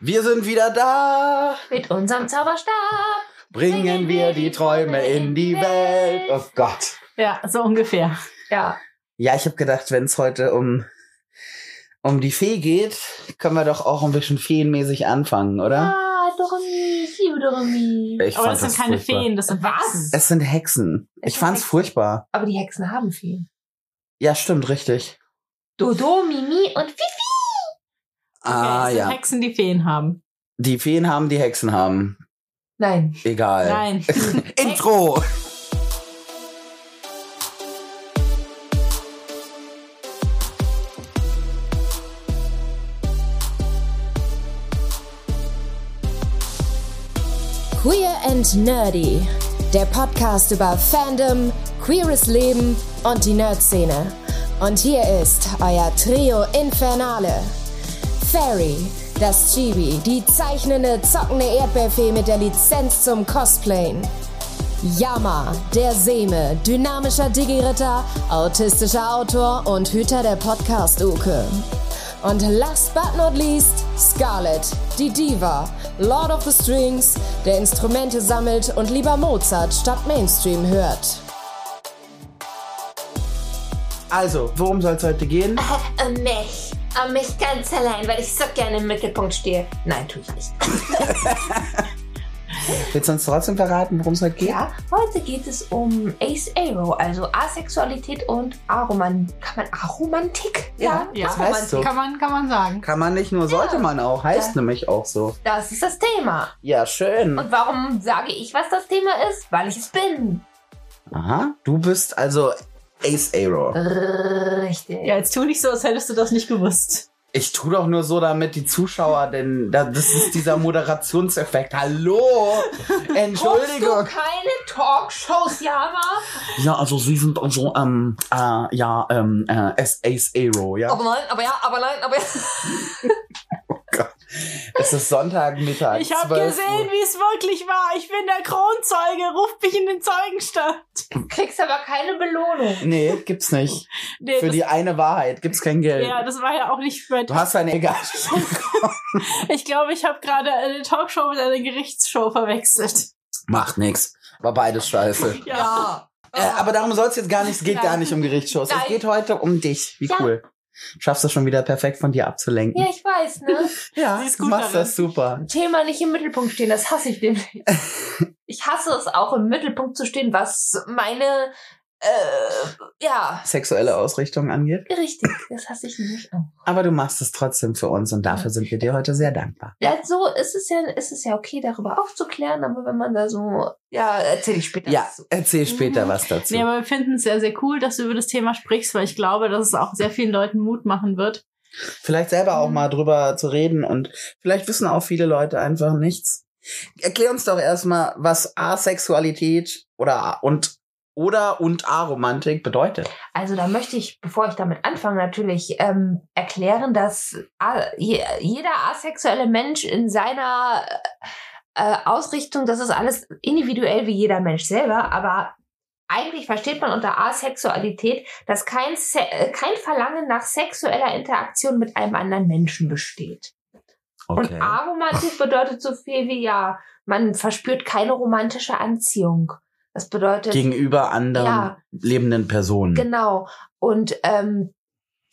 Wir sind wieder da. Mit unserem Zauberstab. Bringen wir die Träume in die Welt. Oh Gott. Ja, so ungefähr. Ja. Ja, ich habe gedacht, wenn es heute um, um die Fee geht, können wir doch auch ein bisschen feenmäßig anfangen, oder? Ah, Doremi, ich liebe Doremi. Ich Aber fand das sind keine furchtbar. Feen, das sind Was? Es sind Hexen. Es ich sind fand's Hexen. furchtbar. Aber die Hexen haben Feen. Ja, stimmt, richtig. Dodo, Mimi und Fifi. ah, es sind ja. also Hexen, die Feen haben. Die Feen haben, die Hexen haben. Nein. Egal. Nein. Intro. Queer and Nerdy, der Podcast über Fandom, queeres Leben und die Nerd-Szene. Und hier ist euer Trio Infernale. Fairy, das Chibi, die zeichnende, zockende Erdbeerfee mit der Lizenz zum Cosplayen. Yama, der Seme, dynamischer Digi-Ritter, autistischer Autor und Hüter der Podcast-Uke. Und last but not least, Scarlett, die Diva, Lord of the Strings, der Instrumente sammelt und lieber Mozart statt Mainstream hört. Also, worum soll es heute gehen? Um mich. Um mich ganz allein, weil ich so gerne im Mittelpunkt stehe. Nein, tue ich nicht. Willst du uns trotzdem verraten, worum es heute geht? Ja, heute geht es um Ace Arrow, also Asexualität und Aroman. Kann man Aromantik Ja, sagen? ja, das heißt so. Aromantik. Kann man, kann man sagen. Kann man nicht nur, sollte man auch. Heißt nämlich auch so. Das ist das Thema. Ja, schön. Und warum sage ich, was das Thema ist? Weil ich es bin. Aha. Du bist also Ace Äh. Arrow. Richtig. Ja, jetzt tu nicht so, als hättest du das nicht gewusst. Ich tu doch nur so, damit die Zuschauer, denn da, das ist dieser Moderationseffekt. Hallo! Guckst du Entschuldigung. keine Talkshows, Jama? Ja, also Sie sind also, ähm, äh, ja, ähm, äh, Ace- Ace Arrow, ja? nein, aber ja, aber nein, aber ja. Es ist Sonntagmittag. ich habe 12 gesehen, Uhr. wie es wirklich war. Ich bin der Kronzeuge. Ruft mich in den Zeugenstand. Kriegst aber keine Belohnung. Nee, gibt's nicht. Nee, Für das, die eine Wahrheit gibt's kein Geld. ja, das war ja auch nicht mein Du hast deine Egal. Ich glaube, ich habe gerade eine Talkshow mit einer Gerichtsshow verwechselt. Macht nix. War beides scheiße. Ja. Äh, aber darum soll es jetzt gar nicht. Es geht Nein. gar nicht um Gerichtsshows. Nein. Es geht heute um dich. Wie Ja. cool. Schaffst du schon wieder perfekt von dir abzulenken. Ja, ich weiß, ne? Ja, Sie ist du gut machst darin. das super. Thema nicht im Mittelpunkt stehen, das hasse ich nämlich. Ich hasse es auch, im Mittelpunkt zu stehen, was meine, äh, ja, Sexuelle Ausrichtung angeht. richtig, das hasse ich nämlich auch. Aber du machst es trotzdem für uns und dafür sind wir dir heute sehr dankbar. Ja, so ist es ja, ist es ja okay, darüber aufzuklären, aber wenn man da so, ja, erzähl ich später. Ja, dazu. erzähl später Mhm. was dazu. Nee, aber wir finden es sehr, sehr cool, dass du über das Thema sprichst, weil ich glaube, dass es auch sehr vielen Leuten Mut machen wird. Vielleicht selber Mhm. auch mal drüber zu reden und vielleicht wissen auch viele Leute einfach nichts. Erklär uns doch erstmal, was Asexualität oder A- und oder und Aromantik bedeutet. Also da möchte ich, bevor ich damit anfange, natürlich ähm, erklären, dass a- je- jeder asexuelle Mensch in seiner äh, Ausrichtung, das ist alles individuell wie jeder Mensch selber, aber eigentlich versteht man unter Asexualität, dass kein, Se äh, kein Verlangen nach sexueller Interaktion mit einem anderen Menschen besteht. Und Aromantik bedeutet so viel wie ja, man verspürt keine romantische Anziehung. Das bedeutet, Gegenüber anderen Ja. lebenden Personen. Genau. Und ähm,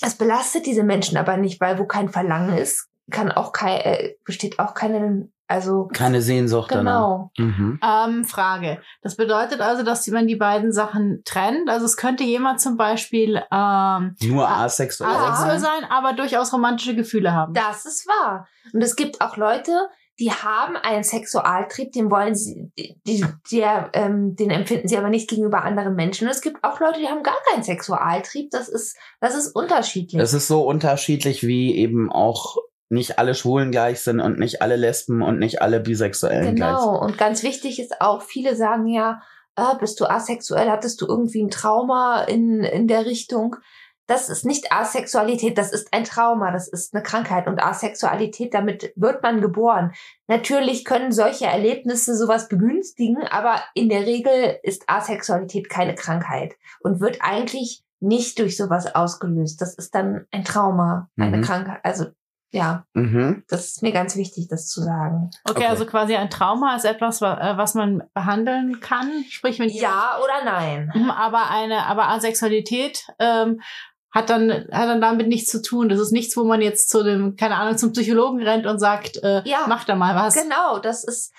es belastet diese Menschen aber nicht, weil wo kein Verlangen ist, kann auch kein, äh, besteht auch keine, also Keine Sehnsucht genau. danach. Mhm. Ähm, Frage. Das bedeutet also, dass man die beiden Sachen trennt. Also es könnte jemand zum Beispiel ähm, Nur Ah, asexuell. asexuell Ja. sein, aber durchaus romantische Gefühle haben. genau, Das ist wahr. Und es gibt auch Leute, die haben einen Sexualtrieb, den wollen sie, die, die, der, ähm, den empfinden sie aber nicht gegenüber anderen Menschen. Und es gibt auch Leute, die haben gar keinen Sexualtrieb. Das ist, das ist unterschiedlich. Es ist so unterschiedlich, wie eben auch nicht alle Schwulen gleich sind und nicht alle Lesben und nicht alle Bisexuellen Äh, gleich. Genau, und ganz wichtig ist auch, viele sagen ja, äh, bist du asexuell, hattest du irgendwie ein Trauma in, in der Richtung. Das ist nicht Asexualität, das ist ein Trauma, das ist eine Krankheit und Asexualität, damit wird man geboren. Natürlich können solche Erlebnisse sowas begünstigen, aber in der Regel ist Asexualität keine Krankheit und wird eigentlich nicht durch sowas ausgelöst. Das ist dann ein Trauma, eine Mhm. Krankheit, also Ja, Mhm. das ist mir ganz wichtig, das zu sagen. Okay, Okay. also quasi ein Trauma ist etwas, wa- äh, was man behandeln kann. Sprich, wenn jemand- Ja oder nein? Mhm, aber eine, aber Asexualität ähm, hat dann hat dann damit nichts zu tun. Das ist nichts, wo man jetzt zu dem, keine Ahnung, zum Psychologen rennt und sagt, äh, Ja. mach da mal was. Genau, das ist,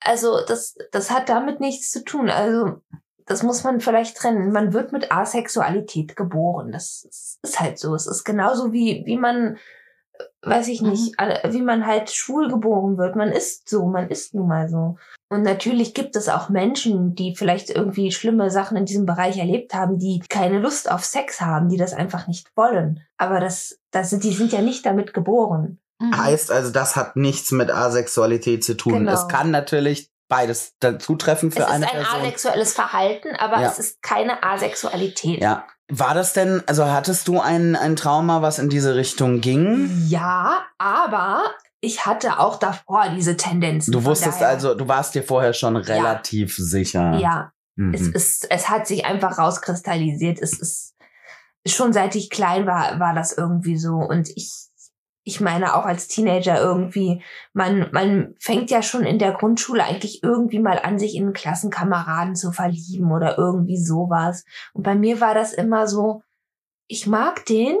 also das, das hat damit nichts zu tun. Also das muss man vielleicht trennen. Man wird mit Asexualität geboren. Das ist, ist halt so. Es ist genauso wie, wie man, äh, weiß ich nicht, alle- wie man halt schwul geboren wird. Man ist so, man ist nun mal so. Und natürlich gibt es auch Menschen, die vielleicht irgendwie schlimme Sachen in diesem Bereich erlebt haben, die keine Lust auf Sex haben, die das einfach nicht wollen. Aber das, das, die sind ja nicht damit geboren. Mhm. Heißt also, das hat nichts mit Asexualität zu tun. Genau. Es kann natürlich beides dann zutreffen für es eine ist ein Person. asexuelles Verhalten, aber Ja. es ist keine Asexualität. Ja. War das denn, also hattest du ein, ein Trauma, was in diese Richtung ging? Mhm. Ja, aber ich hatte auch davor diese Tendenzen. Du Von wusstest daher- also, du warst dir vorher schon relativ sicher. Ja, Mhm. es, ist, es hat sich einfach rauskristallisiert. Es ist schon seit ich klein war, war das irgendwie so. Und ich, ich meine auch als Teenager irgendwie, man, man fängt ja schon in der Grundschule eigentlich irgendwie mal an, sich in einen Klassenkameraden zu verlieben oder irgendwie sowas. Und bei mir war das immer so, ich mag den,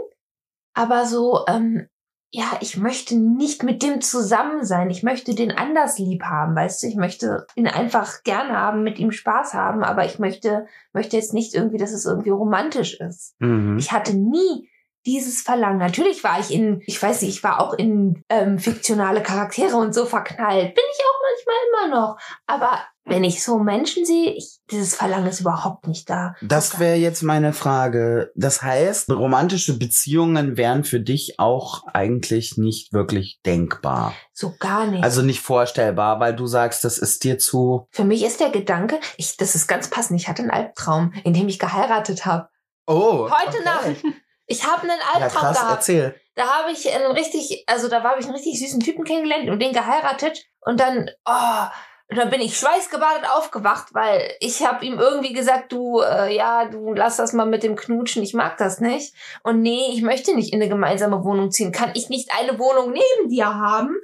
aber so, ähm, ja, ich möchte nicht mit dem zusammen sein. Ich möchte den anders lieb haben, weißt du? Ich möchte ihn einfach gern haben, mit ihm Spaß haben, aber ich möchte, möchte jetzt nicht irgendwie, dass es irgendwie romantisch ist. Mhm. Ich hatte nie dieses Verlangen. Natürlich war ich in, ich weiß nicht, ich war auch in ähm, fiktionale Charaktere und so verknallt. Bin ich auch manchmal immer noch. Aber wenn ich so Menschen sehe, ich, dieses Verlangen ist überhaupt nicht da. Das wäre jetzt meine Frage. Das heißt, romantische Beziehungen wären für dich auch eigentlich nicht wirklich denkbar. So gar nicht. Also nicht vorstellbar, weil du sagst, das ist dir zu. Für mich ist der Gedanke, ich, das ist ganz passend, ich hatte einen Albtraum, in dem ich geheiratet habe. Oh. Heute Nacht. Ich habe einen Ja, Albtraum krass, gehabt. erzähl. Da habe ich einen richtig, also da habe ich einen richtig süßen Typen kennengelernt und den geheiratet und dann, oh, und dann bin ich schweißgebadet aufgewacht, weil ich habe ihm irgendwie gesagt, du, äh, ja, du lass das mal mit dem Knutschen, ich mag das nicht. Und nee, ich möchte nicht in eine gemeinsame Wohnung ziehen. Kann ich nicht eine Wohnung neben dir haben?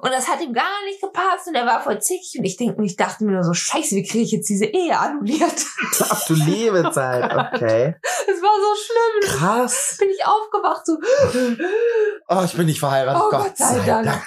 Und das hat ihm gar nicht gepasst und er war voll zickig und ich denk, ich dachte mir nur so, scheiße, wie kriege ich jetzt diese Ehe annulliert? Ach du liebe Zeit, okay. Es war so schlimm. Krass. Bin ich aufgewacht, so, Oh, ich bin nicht verheiratet. oh Gott sei Dank.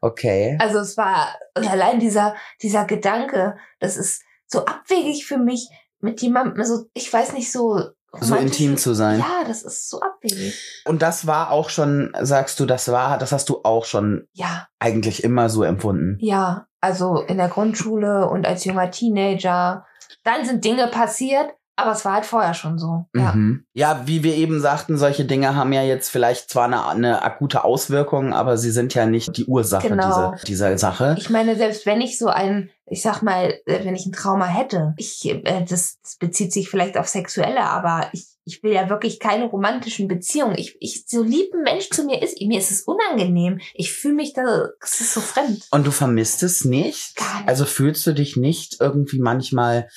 Okay. Also es war und allein dieser dieser Gedanke, das ist so abwegig für mich mit jemandem so ich weiß nicht so So romantisch- intim zu sein. Ja, das ist so abwegig. Und das war auch schon, sagst du, das war, das hast du auch schon Ja, eigentlich immer so empfunden. ja, also in der Grundschule und als junger Teenager, dann sind Dinge passiert, aber es war halt vorher schon so. Ja. Mhm. ja, wie wir eben sagten, solche Dinge haben ja jetzt vielleicht zwar eine, eine akute Auswirkung, aber sie sind ja nicht die Ursache Genau. dieser, dieser Sache. Ich meine, selbst wenn ich so ein, ich sag mal, äh, wenn ich ein Trauma hätte, ich, äh, das, das bezieht sich vielleicht auf sexuelle, aber ich, ich will ja wirklich keine romantischen Beziehungen. Ich, ich, so lieb ein Mensch zu mir ist, mir ist es unangenehm. Ich fühle mich da, es ist so fremd. Und du vermisst es nicht? Gar nicht. Also fühlst du dich nicht irgendwie manchmal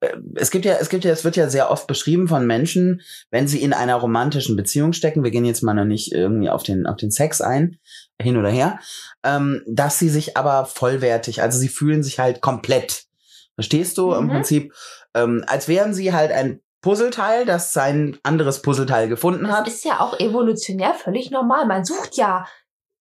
äh, es gibt ja, es gibt ja, es wird ja sehr oft beschrieben von Menschen, wenn sie in einer romantischen Beziehung stecken, wir gehen jetzt mal noch nicht irgendwie auf den, auf den Sex ein, hin oder her, ähm, dass sie sich aber vollwertig, also sie fühlen sich halt komplett. Verstehst du? Im Mhm. Prinzip, ähm, als wären sie halt ein Puzzleteil, das sein anderes Puzzleteil gefunden Das hat. ist ja auch evolutionär völlig normal. Man sucht ja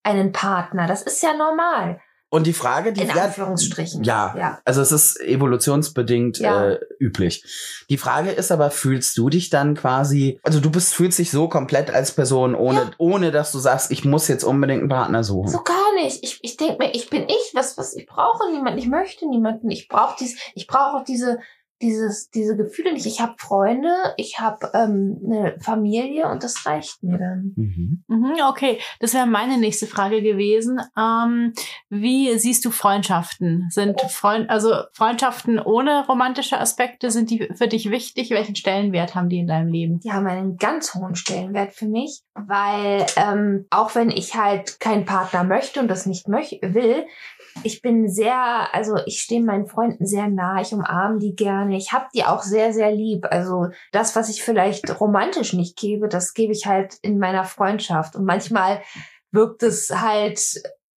einen Partner. Das ist ja normal. Und die Frage, die In ja, Anführungsstrichen. Ja, Ja. also es ist evolutionsbedingt Ja. äh, üblich. Die Frage ist aber, fühlst du dich dann quasi, also du bist, fühlst dich so komplett als Person, ohne, ohne dass du sagst, ich muss jetzt unbedingt einen Partner suchen. So gar nicht. Ich, ich denke mir, ich bin ich. Was, was, ich brauche niemanden. Ich möchte niemanden. Ich brauche dies, ich brauche diese, dieses, diese Gefühle nicht. Ich habe Freunde, ich habe ähm, eine Familie und das reicht mir dann. Mhm. Mhm, Okay, das wäre meine nächste Frage gewesen. Ähm, wie siehst du Freundschaften? Sind Freund, also Freundschaften ohne romantische Aspekte, sind die für dich wichtig? Welchen Stellenwert haben die in deinem Leben? Die haben einen ganz hohen Stellenwert für mich, weil ähm, auch wenn ich halt keinen Partner möchte und das nicht möch will, ich bin sehr, also ich stehe meinen Freunden sehr nah, ich umarme die gerne, ich habe die auch sehr, sehr lieb. Also das, was ich vielleicht romantisch nicht gebe, das gebe ich halt in meiner Freundschaft. Und manchmal wirkt es halt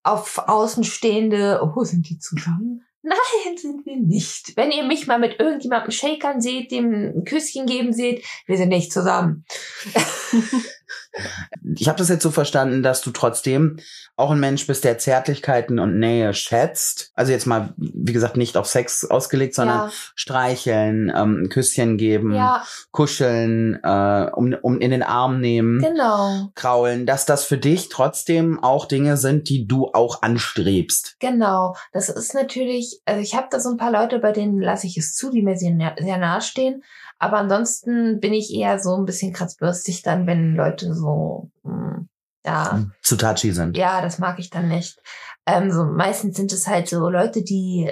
auf Außenstehende, oh, sind die zusammen? Nein, sind wir nicht. Wenn ihr mich mal mit irgendjemandem shakern seht, dem ein Küsschen geben seht, wir sind nicht zusammen. Ich habe das jetzt so verstanden, dass du trotzdem auch ein Mensch bist, der Zärtlichkeiten und Nähe schätzt. Also jetzt mal, wie gesagt, nicht auf Sex ausgelegt, sondern streicheln, ähm, ein Küsschen geben, ja, kuscheln, äh, um, um in den Arm nehmen, ja, genau, kraulen, dass das für dich trotzdem auch Dinge sind, die du auch anstrebst. genau. Das ist natürlich, also ich habe da so ein paar Leute, bei denen lasse ich es zu, die mir sehr, na- sehr nahe stehen. Aber ansonsten bin ich eher so ein bisschen kratzbürstig dann, wenn Leute so, mh, ja, Zu touchy sind. Ja, das mag ich dann nicht. Ähm, so, meistens sind es halt so Leute, die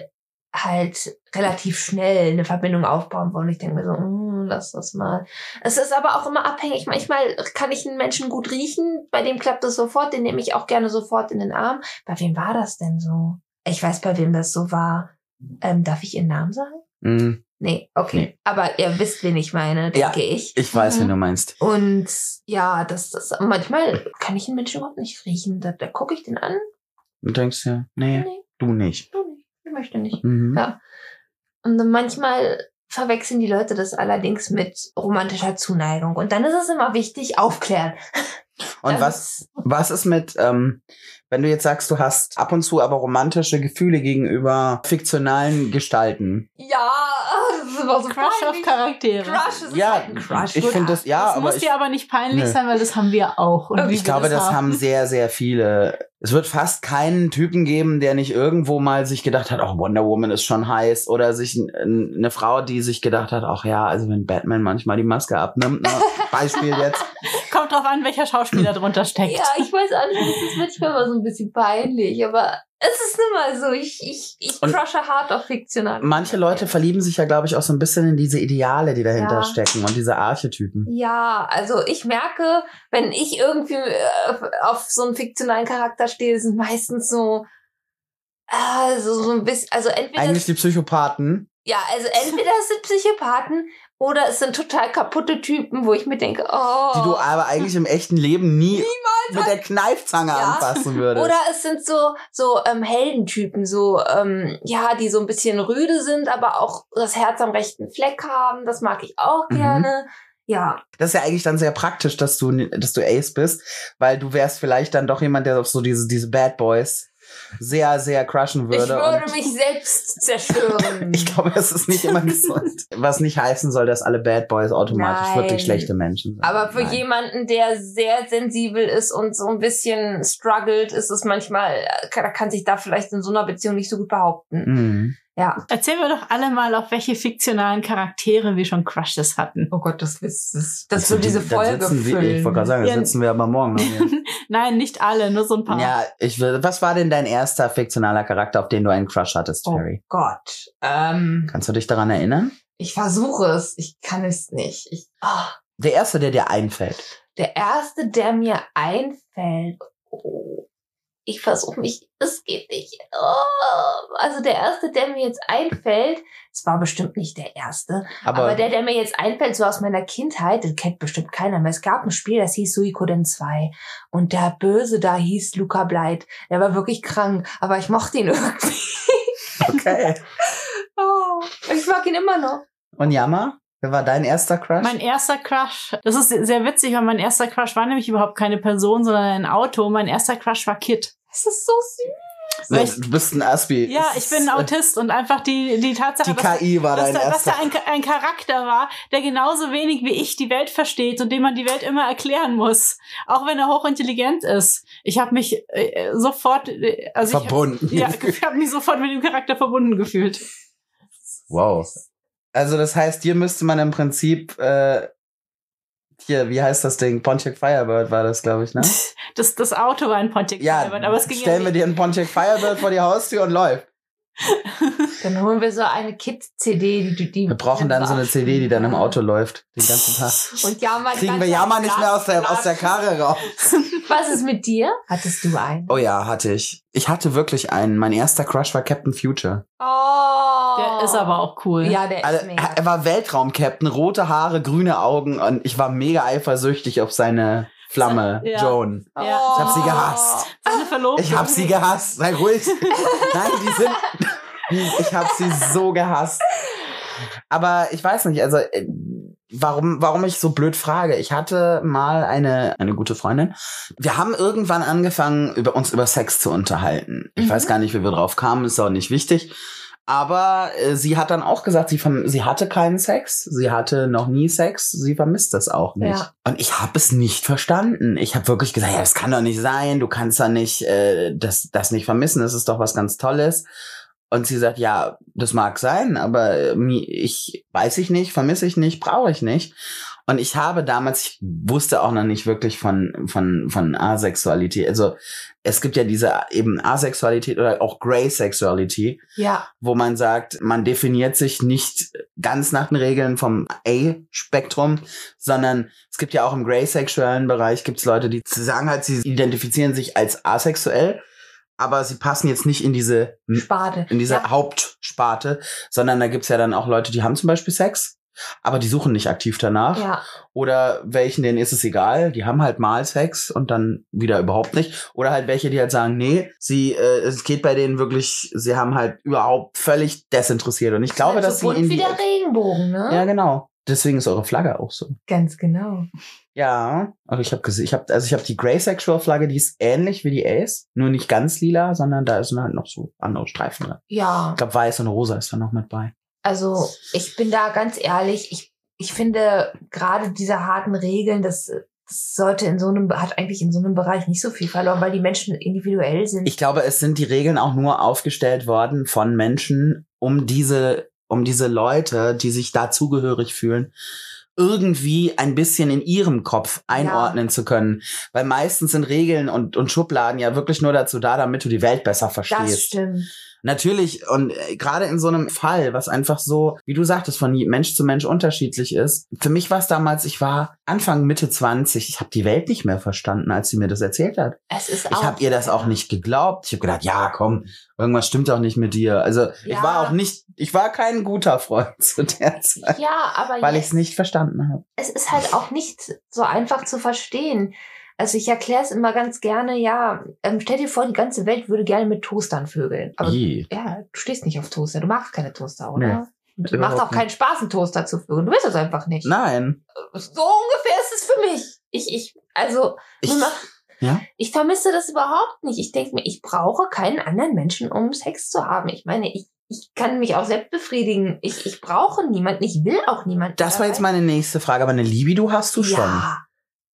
halt relativ schnell eine Verbindung aufbauen wollen. Ich denke mir so, mm, lass das mal. Es ist aber auch immer abhängig. Manchmal kann ich einen Menschen gut riechen, bei dem klappt es sofort, den nehme ich auch gerne sofort in den Arm. Bei wem war das denn so? Ich weiß, bei wem das so war. Ähm, darf ich ihren Namen sagen? Mhm. Nee, okay. Nee. Aber ihr wisst, wen ich meine, denke Ja. ich. Ich weiß, Mhm. wen du meinst. Und ja, das, das manchmal kann ich einen Menschen überhaupt nicht riechen. Da, da gucke ich den an. Du denkst ja, nee, Oh, Nee, du nicht. du nicht. Ich möchte nicht. Mhm. Ja. Und dann manchmal verwechseln die Leute das allerdings mit romantischer Zuneigung. Und dann ist es immer wichtig, aufklären. Und Das was, ist- was ist mit, ähm, wenn du jetzt sagst, du hast ab und zu aber romantische Gefühle gegenüber fiktionalen Gestalten? Ja, das ist immer so Also Crush auf peinlich. Charaktere. Crush ist Ja, halt ein Crush. ich Gut, finde das, ja, das aber muss ich, dir aber nicht peinlich Nö. sein, weil das haben wir auch. Und wie ich wir glaube, das haben. haben sehr, sehr viele. Es wird fast keinen Typen geben, der nicht irgendwo mal sich gedacht hat, ach, Wonder Woman ist schon heiß. Oder sich n- n- eine Frau, die sich gedacht hat, ach ja, also wenn Batman manchmal die Maske abnimmt. Ne? Beispiel jetzt. Kommt drauf an, welcher Schauspieler drunter steckt. Ja, ich weiß auch nicht, das ist manchmal immer so ein bisschen peinlich, aber es ist nun mal so. Ich, ich, ich Und- crushe hart auf fiktional. Manche Leute verlieben sich ja, glaube ich, auch so ein bisschen in diese Ideale, die dahinter Ja. stecken und diese Archetypen. Ja, also ich merke, wenn ich irgendwie äh, auf so einen fiktionalen Charakter stehe, sind meistens so, äh, so, so ein bisschen, also entweder, Eigentlich die Psychopathen. ja, also entweder es sind Psychopathen oder es sind total kaputte Typen, wo ich mir denke, oh. die du aber eigentlich im echten Leben nie mit der Kneifzange Ja. anfassen würdest. Oder es sind so, so ähm, Heldentypen, so, ähm, ja, die so ein bisschen rüde sind, aber auch das Herz am rechten Fleck haben. Das mag ich auch Mhm. gerne. Ja, das ist ja eigentlich dann sehr praktisch, dass du, dass du Ace bist, weil du wärst vielleicht dann doch jemand, der auf so diese, diese Bad Boys sehr, sehr crushen würde. ich würde und mich selbst zerstören. ich glaube, es ist nicht immer gesund. Was nicht heißen soll, dass alle Bad Boys automatisch Nein. wirklich schlechte Menschen sind. Aber für Nein. jemanden, der sehr sensibel ist und so ein bisschen struggelt, ist es manchmal, äh, kann, kann sich da vielleicht in so einer Beziehung nicht so gut behaupten. Mhm. Ja. Erzählen wir doch alle mal, auf welche fiktionalen Charaktere wir schon Crushes hatten. Oh Gott, das ist, das, das Also wird diese die- dann Folge sitzen wir- füllen. Ich wollte gerade sagen, da Ja. sitzen wir aber morgen noch hier. Nein, nicht alle, nur so ein paar. Ja, ich will, was war denn dein erster fiktionaler Charakter, auf den du einen Crush hattest, Oh Terry? Gott, ähm, Kannst du dich daran erinnern? ich versuche es, ich kann es nicht. Ich, ah, Der erste, der dir einfällt. der erste, der mir einfällt, oh, ich versuche mich, es geht nicht. Oh, also der erste, der mir jetzt einfällt, es war bestimmt nicht der erste, Aber, der, der mir jetzt einfällt, so aus meiner Kindheit, den kennt bestimmt keiner mehr. Es gab ein Spiel, das hieß Suikoden 2. Und der Böse da hieß Luca Bleit. Der war wirklich krank, aber ich mochte ihn irgendwie. okay. Oh, ich mag ihn immer noch. Und Yama, wer war dein erster Crush? Mein erster Crush, das ist sehr witzig, weil mein erster Crush war nämlich überhaupt keine Person, sondern ein Auto. Mein erster Crush war Kit. Das ist so süß. Nee, Weil ich- du bist ein Aspi. Ja, Es ich bin ein ist, Autist und einfach die, die äh, Tatsache, Die KI war dass dein da, dass da erster. ein, ein Charakter war, der genauso wenig wie ich die Welt versteht und dem man die Welt immer erklären muss, auch wenn er hochintelligent ist. Ich habe mich äh, sofort, äh, also Verbunden. ich, hab- ja, ich habe mich sofort mit dem Charakter verbunden gefühlt. Wow. Also das heißt, dir müsste man im Prinzip äh, hier, wie heißt das Ding? Pontiac Firebird war das, glaube ich, ne? Das, das Auto war ein Pontiac Ja, Firebird, aber es ging ja stellen wir nicht. dir einen Pontiac Firebird vor die Haustür und läuft. Dann holen wir so eine Kids-CD, die du die. Wir brauchen dann so eine CD, die dann im Auto läuft. Den ganzen Tag. Und Jama Kriegen ganz wir ja mal nicht mehr aus der, Glas- aus der Karre raus. Was ist mit dir? Hattest du einen? Oh ja, hatte ich. Ich hatte wirklich einen. Mein erster Crush war Captain Future. Oh. Der ist aber auch cool. Ja, der Also, ist mega. er war Weltraum-Captain, rote Haare, grüne Augen und ich war mega eifersüchtig auf seine Flamme, Ja. Joan. Ja. Ich hab Oh. sie gehasst. Seine Verlobte. Ich hab sie gehasst. Sei ruhig. Nein, die sind. Ich hab sie so gehasst. Aber ich weiß nicht, also äh, warum, warum ich so blöd frage. Ich hatte mal eine, eine gute Freundin. Wir haben irgendwann angefangen, über uns über Sex zu unterhalten. Ich Mhm. weiß gar nicht, wie wir drauf kamen, ist auch nicht wichtig. Aber äh, sie hat dann auch gesagt, sie, verm- sie hatte keinen Sex, sie hatte noch nie Sex, sie vermisst das auch nicht. Ja. Und ich habe es nicht verstanden. Ich habe wirklich gesagt, ja, das kann doch nicht sein, du kannst doch nicht äh, das, das nicht vermissen, das ist doch was ganz Tolles. Und sie sagt, ja, das mag sein, aber äh, mi- ich weiß ich nicht, vermisse ich nicht, brauche ich nicht. Und ich habe damals, ich wusste auch noch nicht wirklich von, von, von Asexualität. Also es gibt ja diese eben Asexualität oder auch Grey-Sexualität Ja. wo man sagt, man definiert sich nicht ganz nach den Regeln vom A-Spektrum, sondern es gibt ja auch im gray-sexuellen Bereich gibt's Leute, die sagen halt, sie identifizieren sich als asexuell, aber sie passen jetzt nicht in diese Spade. in diese ja. Hauptsparte, sondern da gibt's ja dann auch Leute, die haben zum Beispiel Sex, aber die suchen nicht aktiv danach. Ja. Oder welchen, denen ist es egal, die haben halt mal Sex und dann wieder überhaupt nicht. Oder halt welche, die halt sagen, nee, sie, äh, es geht bei denen wirklich, sie haben halt überhaupt völlig desinteressiert. Und ich glaube, Halt dass so sie in bunt die, wie der Regenbogen, ne? Ja, genau. Deswegen ist eure Flagge auch so. Ganz genau. Ja, aber ich habe gesehen, ich habe also ich habe die Grey Sexual Flagge, die ist ähnlich wie die Ace, nur nicht ganz lila, sondern da sind halt noch so andere Streifen drin. Ja. Ich glaube, weiß und rosa ist da noch mit bei. Also ich bin da ganz ehrlich, ich, ich finde gerade diese harten Regeln, das, das sollte in so einem, hat eigentlich in so einem Bereich nicht so viel verloren, weil die Menschen individuell sind. Ich glaube, es sind die Regeln auch nur aufgestellt worden von Menschen, um diese, um diese Leute, die sich dazugehörig fühlen, irgendwie ein bisschen in ihrem Kopf einordnen zu können. Weil meistens sind Regeln und, und Schubladen ja wirklich nur dazu da, damit du die Welt besser das verstehst. stimmt. Natürlich, und äh, gerade in so einem Fall, was einfach so, wie du sagtest, von je- Mensch zu Mensch unterschiedlich ist. Für mich war es damals, ich war Anfang, Mitte 20, ich habe die Welt nicht mehr verstanden, als sie mir das erzählt hat. Es ist Ich auch. habe ihr das auch nicht geglaubt. Ich habe gedacht, ja, komm, irgendwas stimmt doch nicht mit dir. Also ich Ja. war auch nicht, ich war kein guter Freund zu der Zeit, Ja, aber weil ich jetzt, es nicht verstanden habe. es ist halt auch nicht so einfach zu verstehen. Also ich erkläre es immer ganz gerne, ja, ähm, stell dir vor, die ganze Welt würde gerne mit Toastern vögeln. Aber I, ja, du stehst nicht auf Toaster, du magst keine Toaster, oder? Und Du überhaupt machst auch keinen Spaß, einen Toaster zu vögeln. Du willst es einfach nicht. Nein. so ungefähr ist es für mich. Ich, ich, also, Ich, Nun mal, ja? ich vermisse das überhaupt nicht. Ich denke mir, ich brauche keinen anderen Menschen, um Sex zu haben. Ich meine, ich, ich kann mich auch selbst befriedigen. Ich, ich brauche niemanden. Ich will auch niemanden. Das war jetzt meine nächste Frage, aber eine Libido hast du schon. Ja,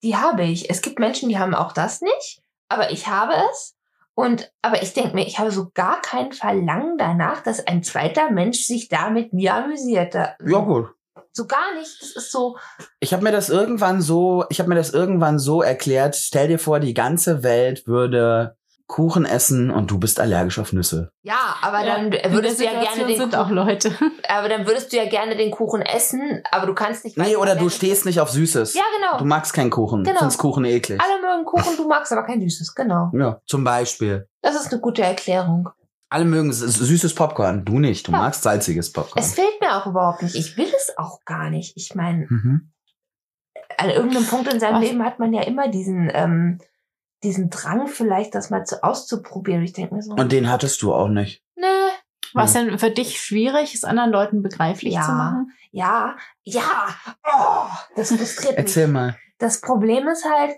die habe ich. Es gibt Menschen, die haben auch das nicht, aber ich habe es. Und, aber ich denke mir, ich habe so gar kein Verlangen danach, dass ein zweiter Mensch sich da mit mir amüsiert. Da- Ja, gut. So gar nicht. Das ist so, Ich habe mir das irgendwann so, ich habe mir das irgendwann so erklärt. Stell dir vor, die ganze Welt würde Kuchen essen und du bist allergisch auf Nüsse. ja, aber dann In würdest du der ja gerne Situation den sind auch Leute. Aber dann würdest du ja gerne den Kuchen essen, aber du kannst nicht. Nee, weil- oder du stehst nicht auf Süßes. Ja, Du genau. magst keinen Kuchen. Genau. Findest Kuchen eklig. Alle mögen Kuchen, du magst aber kein Süßes, genau. Ja, zum Beispiel. Das ist eine gute Erklärung. Alle mögen s- süßes Popcorn. Du nicht. Du Ja. magst salziges Popcorn. Es fehlt mir auch überhaupt nicht. Ich will es auch gar nicht. Ich meine, Mhm. an irgendeinem Punkt in seinem Was? Leben hat man ja immer diesen, ähm, diesen Drang, vielleicht das mal zu, auszuprobieren. Und Ich denke mir so, Und den hattest du auch nicht. ne, Was denn für dich schwierig ist, anderen Leuten begreiflich Ja. zu machen? ja, ja, oh, das frustriert mich. Erzähl mal. Das Problem ist halt,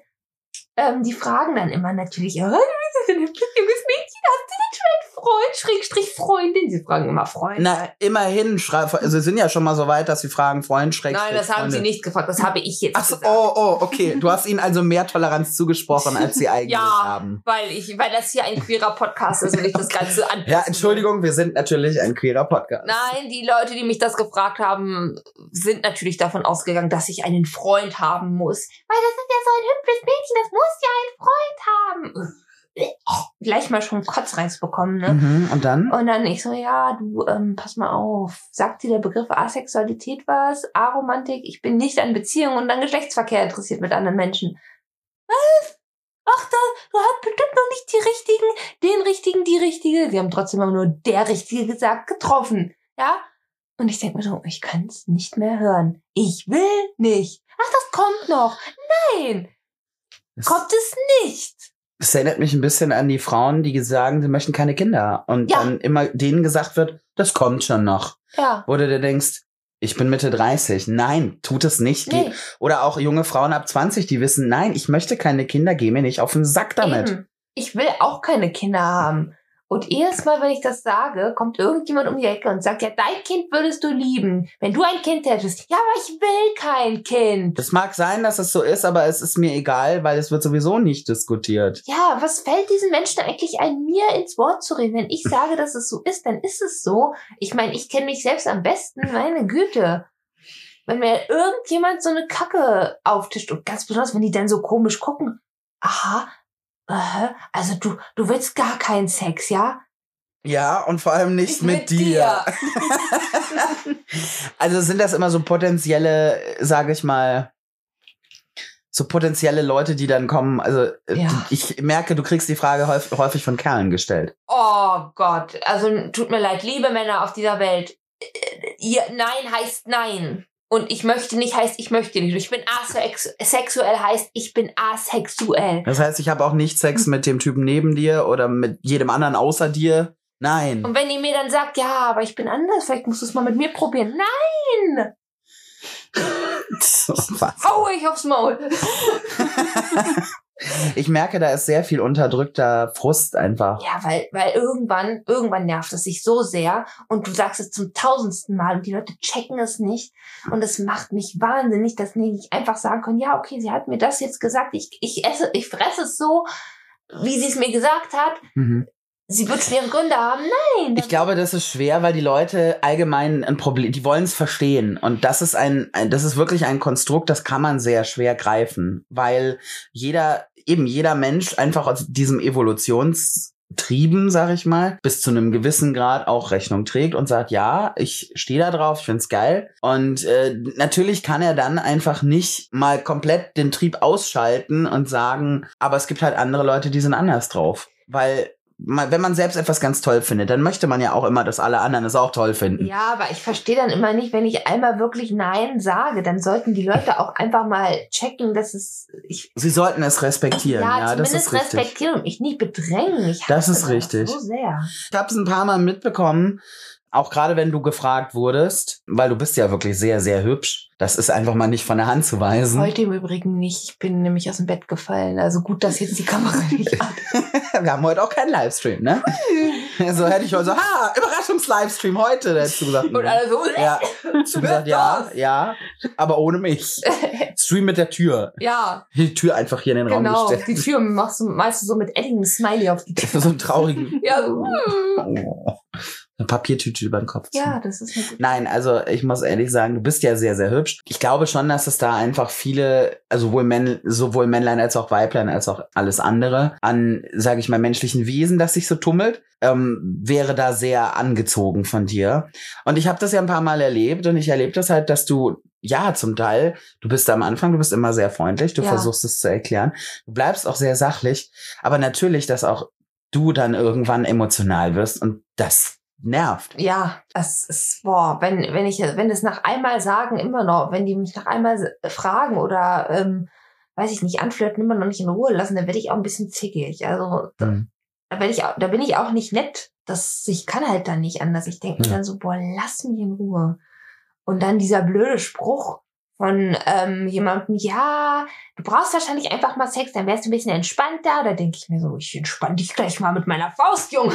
ähm, die fragen dann immer natürlich, oh, du bist ein hübsches junges Mädchen, hast du nicht schon einen Freund, Schrägstrich Freundin? Sie fragen immer Freund. Na, immerhin, schreib, sie sind ja schon mal so weit, dass sie fragen, Freund, schräg. Nein, das haben sie nicht gefragt, das habe ich jetzt Ach so, gesagt. oh, oh, okay. Du hast ihnen also mehr Toleranz zugesprochen, als sie eigentlich Ja. haben. Weil, ich, weil das hier ein queerer Podcast ist und ich das Ganze an. Ja, Entschuldigung, wir sind natürlich ein queerer Podcast. Nein, die Leute, die mich das gefragt haben, sind natürlich davon ausgegangen, dass ich einen Freund haben muss. Weil das ist ja so ein hübsches Mädchen, das muss ja einen Freund haben. gleich mal schon Kotzreiz bekommen, ne? Mhm. Und dann? Und dann ich so, ja, du, ähm, pass mal auf. Sagt dir der Begriff Asexualität was? Aromantik? Ich bin nicht an Beziehungen und an Geschlechtsverkehr interessiert mit anderen Menschen. Was? Ach, da, du hast bestimmt noch nicht die richtigen, den richtigen, die richtige. Sie haben trotzdem immer nur der Richtige gesagt, getroffen. Ja? Und ich denke mir so, ich kann es nicht mehr hören. Ich will nicht. Ach, das kommt noch. Nein, Das- kommt es nicht. Das erinnert mich ein bisschen an die Frauen, die sagen, sie möchten keine Kinder. Und Ja. dann immer denen gesagt wird, das kommt schon noch. Ja. Wo du dir denkst, ich bin Mitte 30. Nein, tut es nicht. Geh- Nee, Oder auch junge Frauen ab 20, die wissen, nein, ich möchte keine Kinder, geh mir nicht auf den Sack damit. Eben. Ich will auch keine Kinder haben. Und jedes Mal, wenn ich das sage, kommt irgendjemand um die Ecke und sagt, ja, dein Kind würdest du lieben, wenn du ein Kind hättest. Ja, aber ich will kein Kind. Das mag sein, dass es so ist, aber es ist mir egal, weil es wird sowieso nicht diskutiert. Ja, was fällt diesen Menschen eigentlich ein, mir ins Wort zu reden? Wenn ich sage, dass es so ist, dann ist es so. Ich meine, ich kenne mich selbst am besten, meine Güte. Wenn mir irgendjemand so eine Kacke auftischt und ganz besonders, wenn die dann so komisch gucken. Aha, äh, also du, du willst gar keinen Sex, ja? Ja, und vor allem nicht, mit, dir. Also sind das immer so potenzielle, sage ich mal, so potenzielle Leute, die dann kommen. Also äh, Ja. ich merke, du kriegst die Frage häufig, häufig von Kerlen gestellt. Oh Gott, also tut mir leid, liebe Männer auf dieser Welt. äh, Ihr Nein heißt Nein. Und ich möchte nicht heißt, ich möchte nicht. Ich bin asexuell heißt, ich bin asexuell. Das heißt, ich habe auch nicht Sex mit dem Typen neben dir oder mit jedem anderen außer dir. Nein. Und wenn ihr mir dann sagt, ja, aber ich bin anders, vielleicht musst du es mal mit mir probieren. Nein! Was? Hau ich aufs Maul! Ich merke, da ist sehr viel unterdrückter Frust einfach. Ja, weil, weil irgendwann, irgendwann nervt es sich so sehr und du sagst es zum tausendsten Mal und die Leute checken es nicht und es macht mich wahnsinnig, dass die nicht einfach sagen können, ja, okay, sie hat mir das jetzt gesagt, ich, ich esse, ich fresse es so, wie sie es mir gesagt hat, Mhm. sie wird schon ihre Gründe haben. Nein! Ich glaube, das ist schwer, weil die Leute allgemein ein Problem, die wollen es verstehen. Und das ist ein, ein, das ist wirklich ein Konstrukt, das kann man sehr schwer greifen, weil jeder, eben jeder Mensch einfach aus diesem Evolutionstrieben, sag ich mal, bis zu einem gewissen Grad auch Rechnung trägt und sagt, ja, ich stehe da drauf, ich find's geil. Und äh, natürlich kann er dann einfach nicht mal komplett den Trieb ausschalten und sagen, aber es gibt halt andere Leute, die sind anders drauf. Weil man, wenn man selbst etwas ganz toll findet, dann möchte man ja auch immer, dass alle anderen es auch toll finden. Ja, aber ich verstehe dann immer nicht, wenn ich einmal wirklich Nein sage, dann sollten die Leute auch einfach mal checken, dass es, ich, Sie sollten es respektieren. Ja, das zumindest ist richtig. respektieren und mich nicht bedrängen. Ich Das hasse ist richtig. So sehr. Ich habe es ein paar Mal mitbekommen, auch gerade wenn du gefragt wurdest, weil du bist ja wirklich sehr, sehr hübsch. Das ist einfach mal nicht von der Hand zu weisen. Heute im Übrigen nicht. Ich bin nämlich aus dem Bett gefallen. Also gut, dass jetzt die Kamera nicht an. Wir haben heute auch keinen Livestream, ne? so hätte ich heute so, ha, Überraschungs-Livestream heute dazu gesagt. Und alle so. Ja, Wer du gesagt, ja, war's? ja, aber ohne mich. Stream mit der Tür. Ja, Die Tür einfach hier in den Raum genau. gestellt. Die Tür machst du, malst du so mit Edding Smiley auf die Tür. so einen traurigen Ja, so. uh. Oh. Eine Papiertüte über den Kopf. ziehen. ja, das ist halt eine gute. Nein, also ich muss ehrlich sagen, du bist ja sehr, sehr hübsch. Ich glaube schon, dass es da einfach viele, also sowohl, Män sowohl Männlein als auch Weiblein als auch alles andere an, sage ich mal, menschlichen Wesen, das sich so tummelt, ähm, wäre da sehr angezogen von dir. Und ich habe das ja ein paar Mal erlebt und ich erlebe das halt, dass du, ja, zum Teil, du bist am Anfang, du bist immer sehr freundlich, du Ja. versuchst es zu erklären, du bleibst auch sehr sachlich, aber natürlich, dass auch du dann irgendwann emotional wirst und das nervt. Ja, es ist, boah, wenn, wenn ich, wenn es nach einmal sagen, immer noch, wenn die mich nach einmal s- fragen oder, ähm, weiß ich nicht, anflirten, immer noch nicht in Ruhe lassen, dann werde ich auch ein bisschen zickig. Also, da bin ich auch, da bin ich auch nicht nett. Das, ich kann halt dann nicht anders. Ich denke mir Ja. dann so, boah, lass mich in Ruhe. Und dann dieser blöde Spruch von ähm, jemandem, ja, du brauchst wahrscheinlich einfach mal Sex, dann wärst du ein bisschen entspannter. Da denke ich mir so, ich entspann dich gleich mal mit meiner Faust, Junge.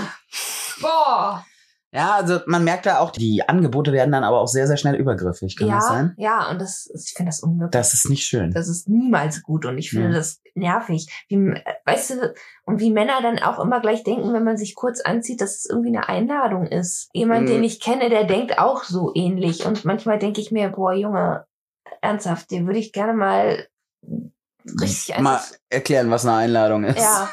Boah. Ja, also man merkt da auch, die Angebote werden dann aber auch sehr, sehr schnell übergriffig. Kann das ja, sein? ja, und das, ist- ich finde das unmöglich. Das ist nicht schön. Das ist niemals gut und ich finde Ja. das nervig. Wie, äh, weißt du, und wie Männer dann auch immer gleich denken, wenn man sich kurz anzieht, dass es irgendwie eine Einladung ist. Jemand, Mhm. den ich kenne, der denkt auch so ähnlich. Und manchmal denke ich mir, boah, Junge, ernsthaft, den würde ich gerne mal richtig Mal einfach. erklären, was eine Einladung ist. Ja.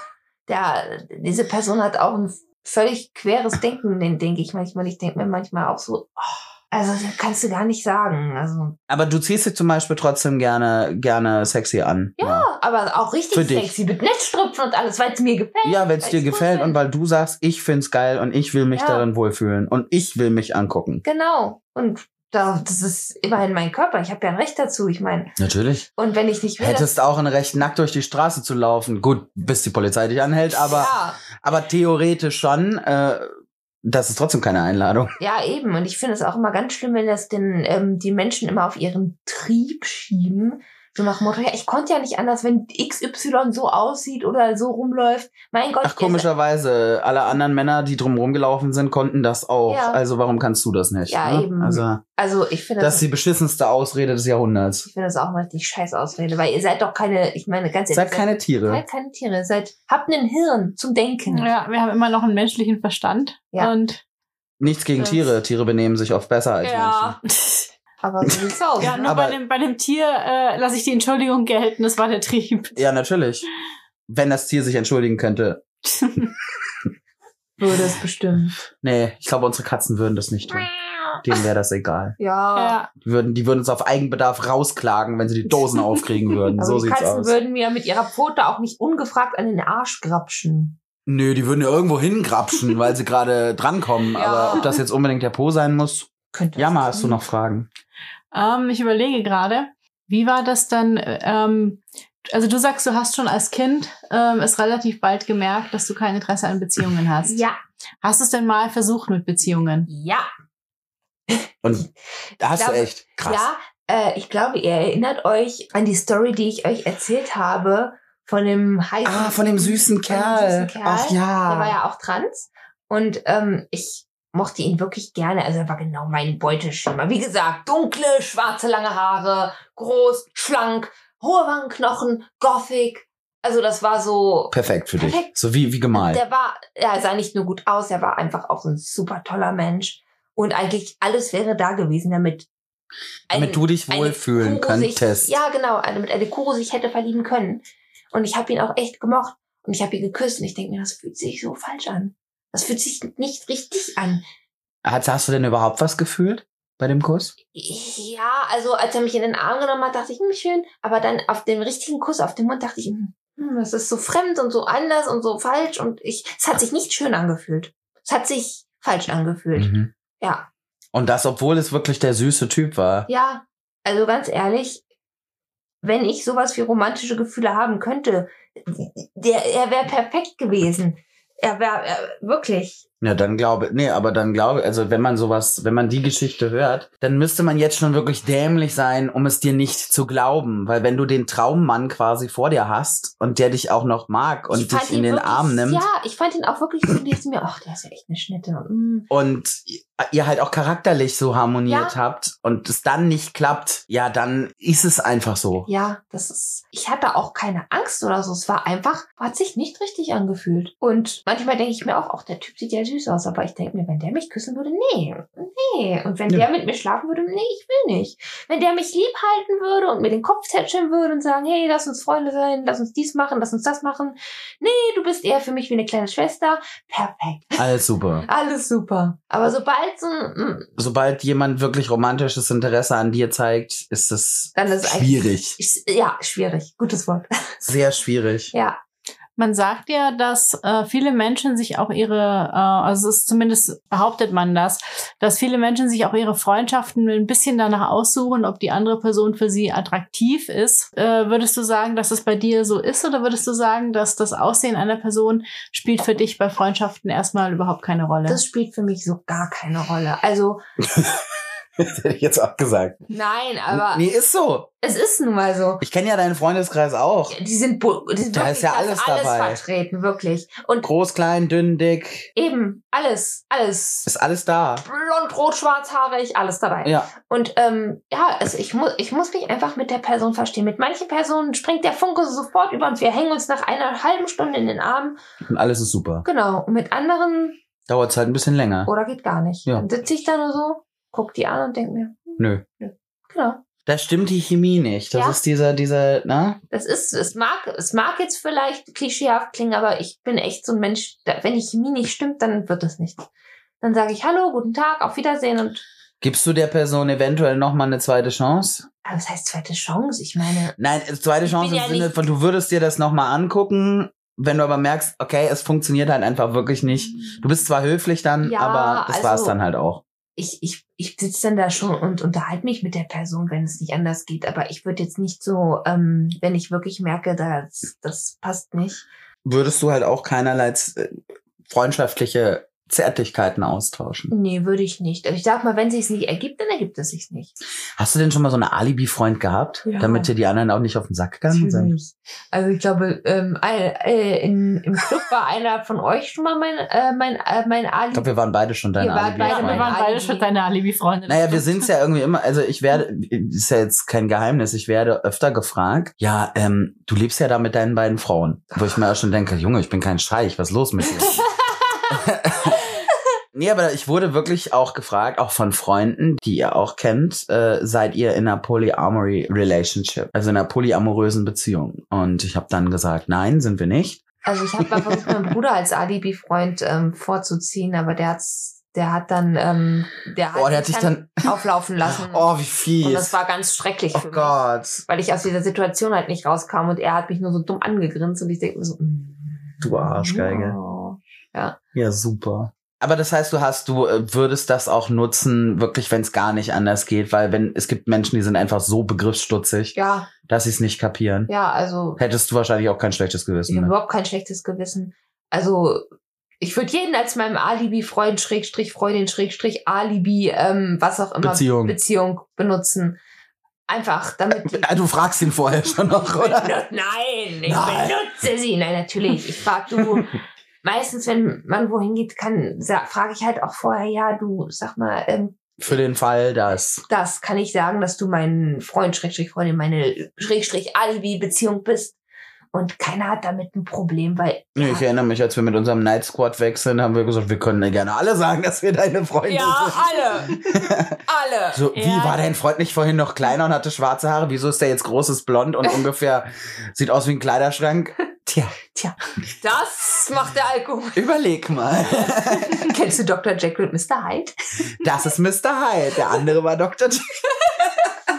der, diese Person hat auch ein völlig queres Denken, den denke ich manchmal. Ich denke mir manchmal auch so, oh, also das kannst du gar nicht sagen. Also Aber du ziehst dich zum Beispiel trotzdem gerne, gerne sexy an. ja, aber auch richtig Für dich. sexy mit Netzstrümpfen und alles, weil es mir gefällt. Ja, wenn es dir weil's gut gefällt ist. und weil du sagst, ich find's geil und ich will mich Ja. darin wohlfühlen und ich will mich angucken. Genau. Und da, das ist immerhin mein Körper. Ich habe ja ein Recht dazu. Ich meine, Natürlich. und wenn ich nicht will, Hättest auch ein Recht, nackt durch die Straße zu laufen. Gut, bis die Polizei dich anhält, dass, halt aber, ja, aber theoretisch schon, äh, das ist trotzdem keine Einladung. ja, eben. Und ich finde es auch immer ganz schlimm, wenn das den, ähm, die Menschen immer auf ihren Trieb schieben. So nach dem Motto, ja, ich konnte ja nicht anders, wenn XY so aussieht oder so rumläuft. Mein Gott, Ach, komischerweise, alle anderen Männer, die drum rumgelaufen sind, konnten das auch. Ja. Also warum kannst du das nicht? Ja, eben. Also, also ich finde das das, ist die beschissenste Ausrede des Jahrhunderts. ich finde das auch mal richtig scheiß Ausrede, weil ihr seid doch keine, ich meine, ganz Seid keine Tiere. seid keine Tiere, seid, habt einen Hirn zum Denken. Ja, wir haben immer noch einen menschlichen Verstand. Ja. Und Nichts gegen Das- Tiere. Tiere benehmen sich oft besser als ja. Aber so sieht's aus. ne? ja, nur Aber- bei dem, bei dem Tier äh, lasse ich die Entschuldigung gelten. Das war der Trieb. Menschen. Ja, natürlich. Wenn das Tier sich entschuldigen könnte. würde es bestimmt. Nee, ich glaube, unsere Katzen würden das nicht tun. Denen wäre das egal. Ja. ja. Die würden, die würden uns auf Eigenbedarf rausklagen, wenn sie die Dosen aufkriegen würden. Also so die sieht's Katzen aus. würden mir mit ihrer Pfote auch nicht ungefragt an den Arsch grapschen. Nö, die würden ja irgendwo hingrapschen, weil sie gerade drankommen. Ja. Aber ob das jetzt unbedingt der Po sein muss, Könnte Jammer, hast du noch Fragen? Ähm, ich überlege gerade, wie war das dann? äh, Ähm, also du sagst, du hast schon als Kind ähm, es relativ bald gemerkt, dass du kein Interesse an Beziehungen hast. Ja, Hast du es denn mal versucht mit Beziehungen? ja, Und da hast glaube- du echt krass. ja. Äh, ich glaube, ihr erinnert euch an die Story, die ich euch erzählt habe von dem heißen. Ah, von dem süßen von dem Kerl. süßen Kerl. Ach Der war ja. ja auch trans und ähm, ich mochte ihn wirklich gerne. Also er war genau mein Beuteschema. Wie gesagt, dunkle, schwarze, lange Haare, groß, schlank, hohe Wangenknochen, gothic. Also das war so Perfekt für dich. Perfekt. So wie, wie gemalt. Der war, er sah nicht nur gut aus, er war einfach auch so ein super toller Mensch. Und eigentlich alles wäre da gewesen, damit, eine- Damit du dich eine wohlfühlen Kuro könntest. Sich, ja, genau, damit eine Kuro sich hätte verlieben können. Und ich habe ihn auch echt gemocht. Und ich habe ihn geküsst und ich denke mir, das fühlt sich so falsch an. Das fühlt sich nicht richtig an. Hast, hast du denn überhaupt was gefühlt bei dem Kuss? Ja, also als er mich in den Arm genommen hat, dachte ich, hm, schön. Aber dann auf den richtigen Kuss auf den Mund dachte ich, hm, hm, das ist so fremd und so anders und so falsch. Und ich, es hat sich nicht schön angefühlt. Es hat sich falsch angefühlt. Mhm. Ja. Und das, obwohl es wirklich der süße Typ war. Ja, also ganz ehrlich, wenn ich sowas wie romantische Gefühle haben könnte, der, er wäre perfekt gewesen. Er wäre er- wirklich. Ja, dann glaube, nee, aber dann glaube, also wenn man sowas, wenn man die Geschichte hört, dann müsste man jetzt schon wirklich dämlich sein, um es dir nicht zu glauben, weil wenn du den Traummann quasi vor dir hast und der dich auch noch mag und ich fand dich in ihn den wirklich, Arm nimmt Ja, ich fand ihn auch wirklich so, die ist mir, ach, der ist ja echt eine Schnitte. Mm. und ihr halt auch charakterlich so harmoniert Ja. habt und es dann nicht klappt, ja, dann ist es einfach so. Ja, das ist, ich hatte auch keine Angst oder so. Es war einfach, hat sich nicht richtig angefühlt. Und manchmal denke ich mir auch, ach, der Typ sieht ja süß aus, aber ich denke mir, wenn der mich küssen würde, nee, nee. Und wenn Ja. der mit mir schlafen würde, nee, ich will nicht. Wenn der mich lieb halten würde und mir den Kopf tätscheln würde und sagen, hey, lass uns Freunde sein, lass uns dies machen, lass uns das machen. Nee, du bist eher für mich wie eine kleine Schwester. Perfekt. Alles super. Alles super. Aber sobald so, mm, Sobald jemand wirklich romantisches Interesse an dir zeigt, ist es dann ist es eigentlich- schwierig. Ich, ja, schwierig. Gutes Wort. Sehr schwierig. Ja. Man sagt ja, dass äh, viele Menschen sich auch ihre, äh, also es ist zumindest behauptet man das, dass viele Menschen sich auch ihre Freundschaften ein bisschen danach aussuchen, ob die andere Person für sie attraktiv ist. Äh, würdest du sagen, dass es bei dir so ist oder würdest du sagen, dass das Aussehen einer Person spielt für dich bei Freundschaften erstmal überhaupt keine Ne? Rolle? Das spielt für mich so gar keine Rolle. Also, Das hätte ich jetzt auch gesagt. nein, aber nee, ist so. es ist nun mal so. Ich kenne ja deinen Freundeskreis auch. Die sind, bu- die sind Da wirklich ist ja da alles alles dabei. vertreten, wirklich. Und Groß, klein, dünn, dick. eben, alles, alles. Ist alles da. Blond, rot, schwarzhaarig, alles dabei. Ja. Und ähm, ja, also ich, mu ich muss mich einfach mit der Person verstehen. Mit manchen Personen springt der Funke sofort über und wir hängen uns nach einer halben Stunde in den Arm. Und alles ist super. Genau. Und mit anderen, Dauert halt ein bisschen länger. oder geht gar nicht. Ja. Dann sitze ich da nur so, guck die an und denk mir, Nö. genau. Da stimmt die Chemie nicht. Das Ja. ist dieser, dieser, ne? Das ist, es mag, es mag jetzt vielleicht klischeehaft klingen, aber ich bin echt so ein Mensch, da, wenn die Chemie nicht stimmt, dann wird das nichts. Dann sage ich Hallo, guten Tag, auf Wiedersehen und Gibst du der Person eventuell nochmal eine zweite Chance? aber was heißt zweite Chance? Ich meine, Nein, äh, zweite Ich Chance bin im ja Sinne nicht- von, du würdest dir das nochmal angucken, wenn du aber merkst, okay, es funktioniert halt einfach wirklich nicht. Du bist zwar höflich dann, Mhm. Ja, aber das also- war's dann halt auch. ich, ich, ich sitze dann da schon und unterhalte mich mit der Person, wenn es nicht anders geht. Aber ich würde jetzt nicht so, ähm, wenn ich wirklich merke, das, das passt nicht. Würdest du halt auch keinerlei äh, freundschaftliche Zärtlichkeiten austauschen. Nee, würde ich nicht. Also ich sag mal, wenn sich's nicht ergibt, dann ergibt es sich nicht. Hast du denn schon mal so eine Alibi-Freund gehabt, Ja. damit dir die anderen auch nicht auf den Sack gegangen sind? Natürlich. Also ich glaube, ähm, ein- äh, in, im Club war einer von euch schon mal mein, äh, mein, äh, mein Ali. Ich glaube, wir waren beide schon deine Wir waren Ja, beide wir Alibi-Freunde. meine waren beide Alibi. schon deine Alibi-Freunde. Naja, wir sind's ja irgendwie immer, also ich werde, Hm. ist ja jetzt kein Geheimnis, ich werde öfter gefragt, ja, ähm, du lebst ja da mit deinen beiden Frauen. Wo ich mir auch schon denke, Junge, ich bin kein Scheich, was ist los mit dir? Nee, aber ich wurde wirklich auch gefragt, auch von Freunden, die ihr auch kennt, äh, seid ihr in einer polyamory relationship, also in einer polyamorösen Beziehung? Und ich habe dann gesagt, nein, sind wir nicht. Also ich habe mal versucht, meinen Bruder als Alibi-Freund ähm, vorzuziehen, aber der hat's, der hat dann, ähm, der hat, Oh, der hat mich dich dann, auflaufen lassen. oh, wie und das fies. war ganz schrecklich für Oh mich. Gott, Weil ich aus dieser Situation halt nicht rauskam und er hat mich nur so dumm angegrinst und ich denke mir so, mm, du Arschgeige. oh. Ja, super. Aber das heißt, du hast, du äh, würdest das auch nutzen, wirklich, wenn es gar nicht anders geht, weil wenn es gibt Menschen, die sind einfach so begriffsstutzig, Ja, dass sie es nicht kapieren. ja, also Hättest du wahrscheinlich auch kein schlechtes Ich Gewissen. habe Ne? überhaupt kein schlechtes Gewissen. Also, ich würde jeden als meinem Alibi-Freund, Schrägstrich, Freundin, Schrägstrich, Alibi, ähm, was auch immer, Beziehung. Beziehung benutzen. Einfach, damit die. Ah, Du fragst ihn vorher schon noch, oder? Nein, ich Nein. benutze sie. Nein, natürlich. Ich frag du. Meistens, wenn man wohin geht, kann, frage ich halt auch vorher, ja, du, sag mal, ähm, Für den Fall, dass. das kann ich sagen, dass du mein Freund, Schrägstrich, Freundin, meine Schrägstrich, Alibi-Beziehung bist. Und keiner hat damit ein Problem, weil Nee, ich erinnere mich, als wir mit unserem Night Squad wechseln, haben wir gesagt, wir können ja gerne alle sagen, dass wir deine Freunde sind. alle. alle. So, wie Ja. war dein Freund nicht vorhin noch kleiner und hatte schwarze Haare? Wieso ist der jetzt großes Blond und ungefähr sieht aus wie ein Kleiderschrank? Tja, Das macht der Alkohol. überleg mal. Kennst du Dr. Jekyll und Mr. Hyde? Das ist Mr. Hyde. Der andere war Dr.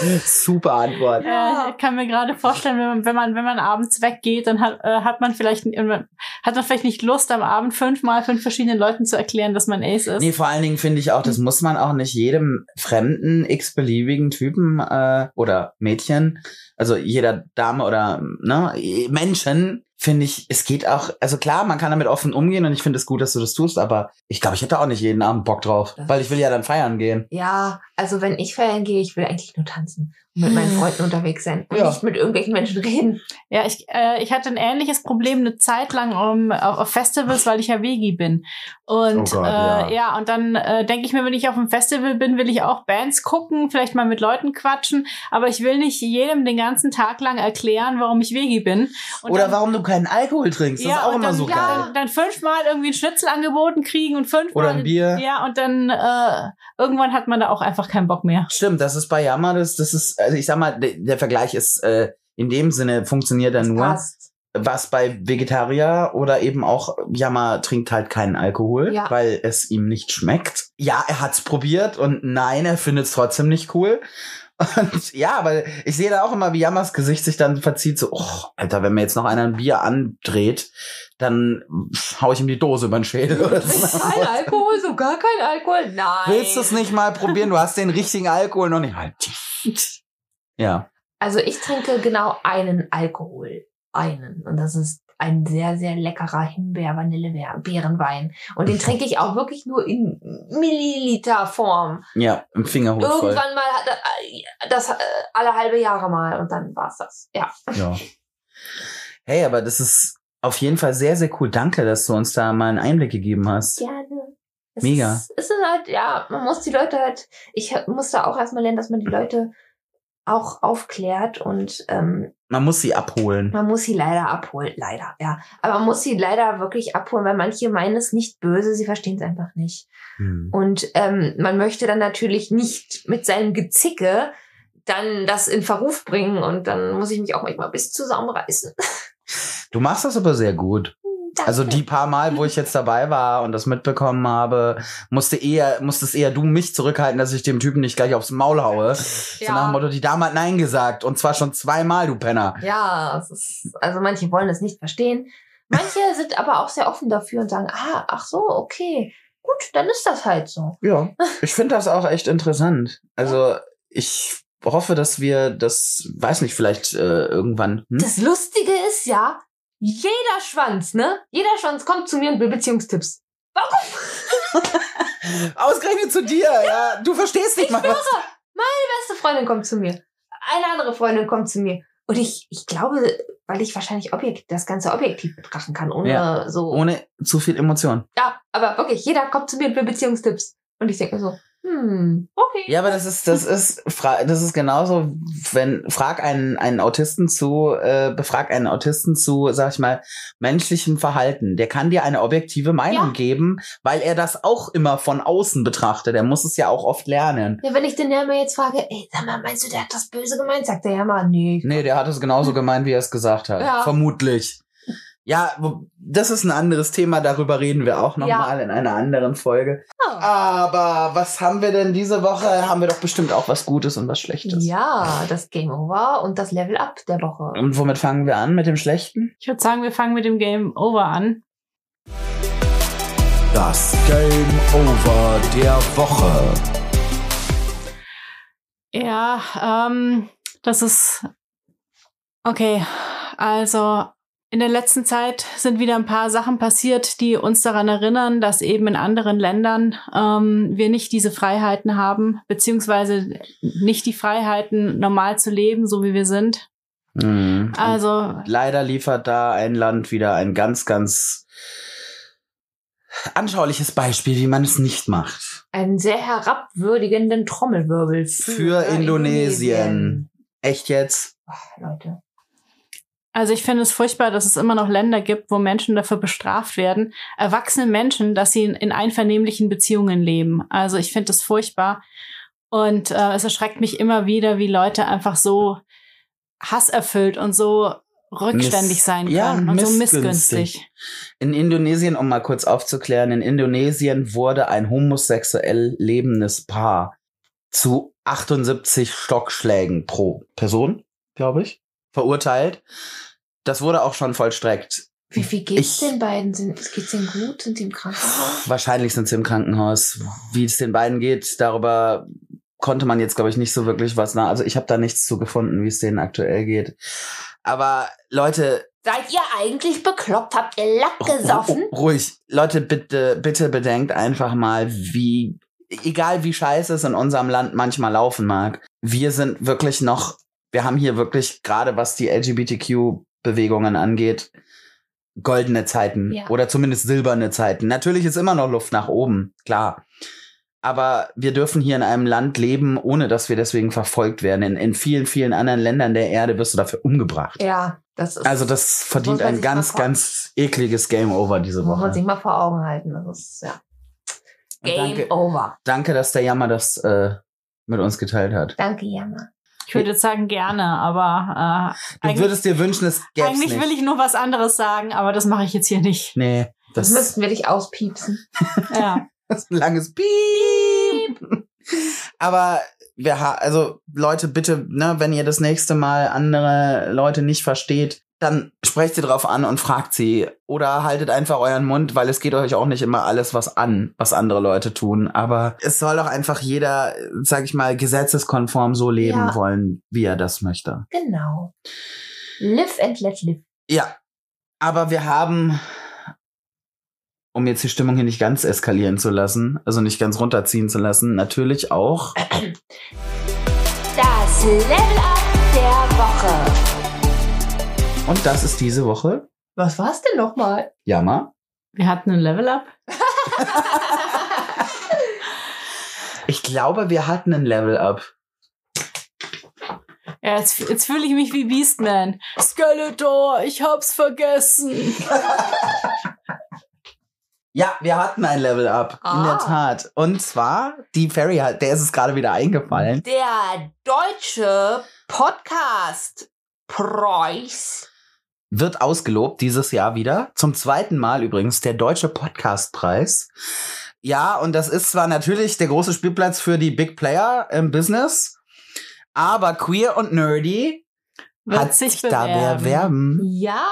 Jekyll. Super Antwort. Ja, Äh, ich kann mir gerade vorstellen, wenn man, wenn man, wenn man abends weggeht, dann hat, äh, hat man vielleicht, hat man vielleicht nicht Lust, am Abend fünfmal fünf verschiedenen Leuten zu erklären, dass man Ace ist. Nee, vor allen Dingen finde ich auch, das muss man auch nicht jedem fremden, x-beliebigen Typen äh, oder Mädchen, also jeder Dame oder ne, Menschen, finde ich, es geht auch, also klar, man kann damit offen umgehen und ich finde es gut, dass du das tust, aber ich glaube, ich hätte auch nicht jeden Abend Bock drauf, Das weil ich will ja dann feiern gehen. Ja, also wenn ich feiern gehe, ich will eigentlich nur tanzen und mit meinen Hm. Freunden unterwegs sein und Ja. nicht mit irgendwelchen Menschen reden. Ja, ich, äh, ich hatte ein ähnliches Problem eine Zeit lang um, auf, auf Festivals, weil ich ja Vegi bin. Und Oh Gott, äh, ja. ja. und dann äh, denke ich mir, wenn ich auf einem Festival bin, will ich auch Bands gucken, vielleicht mal mit Leuten quatschen, aber ich will nicht jedem den ganzen Tag lang erklären, warum ich Vegi bin. Und oder dann, warum du keinen Alkohol trinkst, das ist auch und immer dann, so ja, geil. Dann, dann fünfmal irgendwie ein Schnitzel angeboten kriegen und fünfmal. Oder ein Bier. Ja, und dann äh, irgendwann hat man da auch einfach keinen Bock mehr. Stimmt, das ist bei Yammer, das, das ist, also ich sag mal, der, der Vergleich ist äh, in dem Sinne funktioniert er Das nur. passt. was bei Vegetarier oder eben auch Jammer trinkt halt keinen Alkohol, Ja. weil es ihm nicht schmeckt. Ja, er hat's probiert und nein, er findet's trotzdem nicht cool. Und ja, weil ich sehe da auch immer, wie Jammers Gesicht sich dann verzieht, so, oh, Alter, wenn mir jetzt noch einer ein Bier andreht, dann hau ich ihm die Dose über den Schädel. Oder so. Kein Alkohol, so gar kein Alkohol. Nein. Willst du es nicht mal probieren? Du hast den richtigen Alkohol noch nicht. Halt. Ja. Also ich trinke genau einen Alkohol. Einen. Und das ist ein sehr, sehr leckerer Himbeer-Vanille-Beerenwein. Und den trinke ich auch wirklich nur in Milliliterform. Ja, im Finger hochvoll. Irgendwann mal hat er- das äh, alle halbe Jahre mal und dann war's das. Ja. Ja. Hey, aber das ist auf jeden Fall sehr, sehr cool. Danke, dass du uns da mal einen Einblick gegeben hast. Gerne. ne. Es Mega. Ist, es ist halt, ja, man muss die Leute halt, ich musste auch erstmal lernen, dass man die Leute auch aufklärt und ähm, Man muss sie abholen. man muss sie leider abholen, leider, ja. Aber man muss sie leider wirklich abholen, weil manche meinen es nicht böse, sie verstehen es einfach nicht. Hm. Und ähm, man möchte dann natürlich nicht mit seinem Gezicke dann das in Verruf bringen und dann muss ich mich auch manchmal bis zusammenreißen. Du machst das aber sehr gut. Danke. Also die paar Mal, wo ich jetzt dabei war und das mitbekommen habe, musste eher, musstest eher du mich zurückhalten, dass ich dem Typen nicht gleich aufs Maul haue. So nach dem Motto, die Dame hat Nein gesagt. Und zwar schon zweimal, du Penner. Ja, es ist, also manche wollen es nicht verstehen. Manche sind aber auch sehr offen dafür und sagen, ah, ach so, okay, gut, dann ist das halt so. Ja, ich finde das auch echt interessant. Also ich hoffe, dass wir das, weiß nicht, vielleicht äh, irgendwann. Hm? Das Lustige ist ja, jeder Schwanz, ne? Jeder Schwanz kommt zu mir und will Beziehungstipps. Ausgerechnet zu dir, ja. Du verstehst nicht mal was. Beste Freundin kommt zu mir. Eine andere Freundin kommt zu mir. Und ich, ich glaube, weil ich wahrscheinlich objekt, das Ganze objektiv betrachten kann, ohne Ja. so. Ohne zu viel Emotion. Ja, aber wirklich, jeder kommt zu mir und will Beziehungstipps. Und ich denke mir so, hm, okay. Ja, aber das ist, das ist, fra- das ist genauso, wenn, frag einen, einen Autisten zu, äh, befrag einen Autisten zu, sag ich mal, menschlichem Verhalten. Der kann dir eine objektive Meinung Ja. geben, weil er das auch immer von außen betrachtet. Er muss es ja auch oft lernen. Ja, wenn ich den Herrn mal jetzt frage, ey, sag mal, meinst du, der hat das böse gemeint? Sagt der Herr mal, nee. Nee, der hat es genauso gemeint, wie er es gesagt hat. Ja. Vermutlich. Ja, wo- das ist ein anderes Thema, darüber reden wir auch Ja. nochmal mal in einer anderen Folge. Aber was haben wir denn diese Woche? Haben wir doch bestimmt auch was Gutes und was Schlechtes. Ja, das Game Over und das Level Up der Woche. Und womit fangen wir an? Mit dem Schlechten? Ich würde sagen, wir fangen mit dem Game Over an. Das Game Over der Woche. Ja, ähm, das ist okay. Also in der letzten Zeit sind wieder ein paar Sachen passiert, die uns daran erinnern, dass eben in anderen Ländern ähm, wir nicht diese Freiheiten haben, beziehungsweise nicht die Freiheiten, normal zu leben, so wie wir sind. Mhm. Also Leider liefert da ein Land wieder ein ganz, ganz anschauliches Beispiel, wie man es nicht macht. Einen sehr herabwürdigenden Trommelwirbel Für Indonesien. Echt jetzt? Ach, Leute. Also ich finde es furchtbar, dass es immer noch Länder gibt, wo Menschen dafür bestraft werden, erwachsene Menschen, dass sie in, in einvernehmlichen Beziehungen leben. Also ich finde es furchtbar und äh, es erschreckt mich immer wieder, wie Leute einfach so hasserfüllt und so rückständig Miss- sein können ja, und so missgünstig. missgünstig. In Indonesien, um mal kurz aufzuklären, in Indonesien wurde ein homosexuell lebendes Paar zu 78 Stockschlägen pro Person, glaube ich, verurteilt. Das wurde auch schon vollstreckt. Wie viel geht's Ich- Oh. den beiden? Sind, geht's denen gut? Sind die im Krankenhaus? Wahrscheinlich sind sie im Krankenhaus. Wie es den beiden geht, darüber konnte man jetzt, glaube ich, nicht so wirklich was nach. Also ich habe da nichts zu gefunden, wie es denen aktuell geht. Aber Leute, Seid ihr eigentlich bekloppt? Habt ihr Lack Oh, gesoffen? Ru- Ruhig. Leute, bitte, bitte bedenkt einfach mal, wie, egal wie scheiße es in unserem Land manchmal laufen mag, wir sind wirklich noch, wir haben hier wirklich, gerade was die LGBTQ-Bewegungen angeht, goldene Zeiten Ja. oder zumindest silberne Zeiten. Natürlich ist immer noch Luft nach oben, klar. Aber wir dürfen hier in einem Land leben, ohne dass wir deswegen verfolgt werden. In, in vielen, vielen anderen Ländern der Erde wirst du dafür umgebracht. Ja, das ist. Also das verdient man ein sich mal ganz, vor- ganz ekliges Game Over diese muss man Woche. sich mal vor Augen halten. Das ist, ja. Und Game danke, Over. danke, dass der Jammer das äh, mit uns geteilt hat. Danke, Jammer. Ich würde jetzt sagen gerne, Du aber äh, eigentlich, würdest dir wünschen, es gäbe eigentlich nicht. will ich nur was anderes sagen, aber das mache ich jetzt hier nicht. Nee, Das, das, müssten wir dich auspiepsen. Ja. das ist ein langes Piep. Aber wir ha also Leute, bitte, ne, wenn ihr das nächste Mal andere Leute nicht versteht, dann sprecht sie drauf an und fragt sie. Oder haltet einfach euren Mund, weil es geht euch auch nicht immer alles was an, was andere Leute tun. Aber es soll doch einfach jeder, sag ich mal, gesetzeskonform so leben Ja. wollen, wie er das möchte. Genau. Live and let live. Ja, aber wir haben, um jetzt die Stimmung hier nicht ganz eskalieren zu lassen, also nicht ganz runterziehen zu lassen, natürlich auch. Das Level Up der Woche. Und das ist diese Woche Was war's denn nochmal? Jammer. Wir hatten ein Level-Up. Ich glaube, wir hatten ein Level-Up. Ja, jetzt, jetzt fühle ich mich wie Beastman. Skeletor, ich hab's vergessen. Ja, wir hatten ein Level Up, in Ah. der Tat. Und zwar, die Fairy hat, der ist es gerade wieder eingefallen. Der deutsche Podcast-Preis Wird ausgelobt dieses Jahr wieder. Zum zweiten Mal übrigens der Deutsche Podcastpreis. Ja, und das ist zwar natürlich der große Spielplatz für die Big Player im Business, aber queer und nerdy Wird hat sich da bewerben. Ja.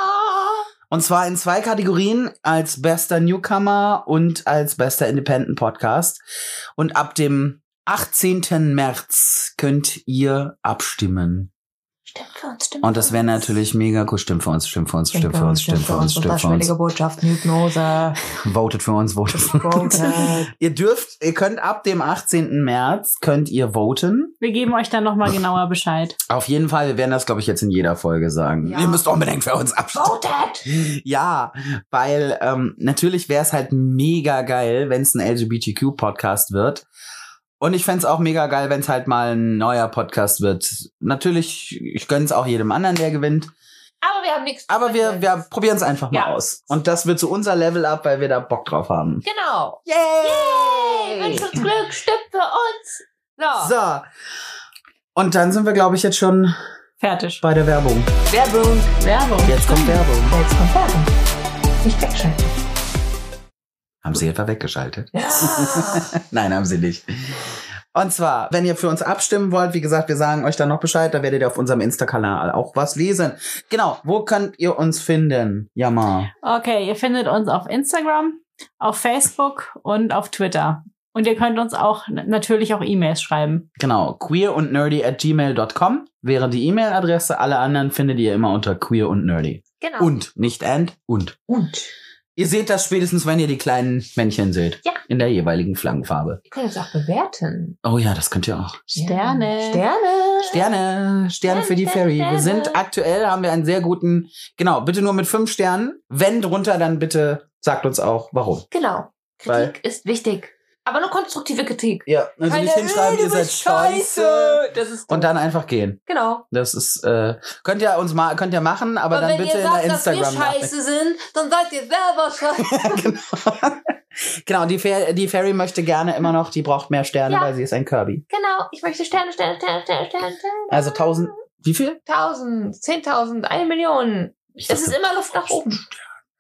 Und zwar in zwei Kategorien, als bester Newcomer und als bester Independent Podcast. Und ab dem 18. März könnt ihr abstimmen. Stimmt für uns, stimmt Und das wäre natürlich mega cool. Stimmt für uns, stimmt für uns, stimmt für uns, stimmt für uns, stimmt für uns. Botschaften, Hypnose, Votet für uns, votet für uns. Ihr dürft, ihr könnt ab dem 18. März, könnt ihr voten. Wir geben euch dann nochmal genauer Bescheid. Auf jeden Fall, wir werden das, glaube ich, jetzt in jeder Folge sagen. Ja. Ihr müsst unbedingt für uns abstimmen. Votet! Ja, weil ähm, natürlich wäre es halt mega geil, wenn es ein LGBTQ-Podcast wird. Und ich fänd's auch mega geil, wenn es halt mal ein neuer Podcast wird. Natürlich, ich gönn's auch jedem anderen, der gewinnt. Aber wir haben nichts. Aber wir, wir probieren es einfach mal Ja. aus. Und das wird so unser Level up, weil wir da Bock drauf haben. Genau. Yay! Hey, wünscht uns Glück, stimmt für uns. So. So. Und dann sind wir, glaube ich, jetzt schon Fertig. bei der Werbung. Werbung. Werbung. Jetzt kommt Werbung. Jetzt kommt Werbung. Nicht wegschalten. Haben Sie etwa weggeschaltet? Ja. Nein, haben sie nicht. Und zwar, wenn ihr für uns abstimmen wollt, wie gesagt, wir sagen euch dann noch Bescheid, da werdet ihr auf unserem Insta-Kanal auch was lesen. Genau, wo könnt ihr uns finden? Jammer. Okay, ihr findet uns auf Instagram, auf Facebook und auf Twitter. Und ihr könnt uns auch n- natürlich auch E-Mails schreiben. Genau, queer und nerdy at gmail.com wäre die E-Mail-Adresse. Alle anderen findet ihr immer unter queer und nerdy. Genau. Und, nicht and, und. Und. Ihr seht das spätestens, wenn ihr die kleinen Männchen seht. Ja. In der jeweiligen Flaggenfarbe. Ihr könnt uns auch bewerten. Oh ja, das könnt ihr auch. Sterne. Sterne. Sterne, Sterne für die Fairy. Wir sind aktuell, haben wir einen sehr guten, genau, bitte nur mit fünf Sternen. Wenn drunter, dann bitte sagt uns auch, warum. Genau. Kritik Weil- ist wichtig. Aber nur konstruktive Kritik. Ja, also Keine nicht hinschreiben, Rede, ihr seid bist scheiße. Das ist Und dann einfach gehen. genau. Das ist, äh, könnt ihr uns mal, könnt ihr machen, aber Aber dann wenn bitte ihr in der sagt, dass wir instagram nachricht scheiße sind, dann seid ihr selber scheiße. Genau, die, Fair, die Fairy möchte gerne immer noch, die braucht mehr Sterne, Ja. weil sie ist ein Kirby. genau. Ich möchte Sterne, Sterne, Sterne, Sterne, Sterne, Sterne. Also tausend, wie viel? Tausend, zehntausend, eine Million. Ich Es ist dachte, immer Luft nach oben.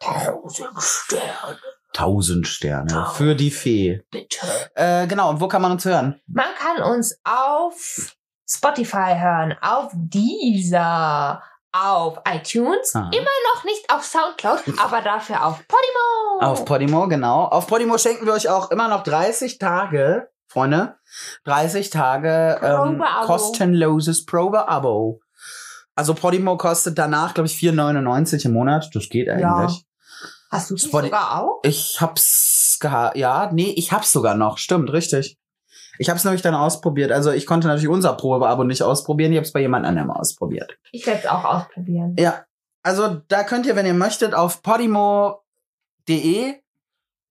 Tausend Sterne, tausend Sterne für die Fee. bitte. Äh, genau, und wo kann man uns hören? Man kann uns auf Spotify hören, auf Deezer, auf iTunes, Ah. noch nicht auf Soundcloud, aber dafür auf Podimo. Auf Podimo, genau. Auf Podimo schenken wir euch auch immer noch 30 Tage, Freunde. 30 Tage ähm, Probe-Abo. kostenloses Probe-Abo. Also Podimo kostet danach, glaube ich, 4,99 im Monat. Das geht Ja. eigentlich. Hast du die Spotty- sogar auch? Ich hab's geha ja, nee, ich hab's sogar noch. Stimmt, richtig. Ich hab's nämlich dann ausprobiert. Also ich konnte natürlich unser Probe-Abo nicht ausprobieren. Ich hab's bei jemand anderem ausprobiert. Ich werde es auch ausprobieren. Ja, also da könnt ihr, wenn ihr möchtet, auf podimo.de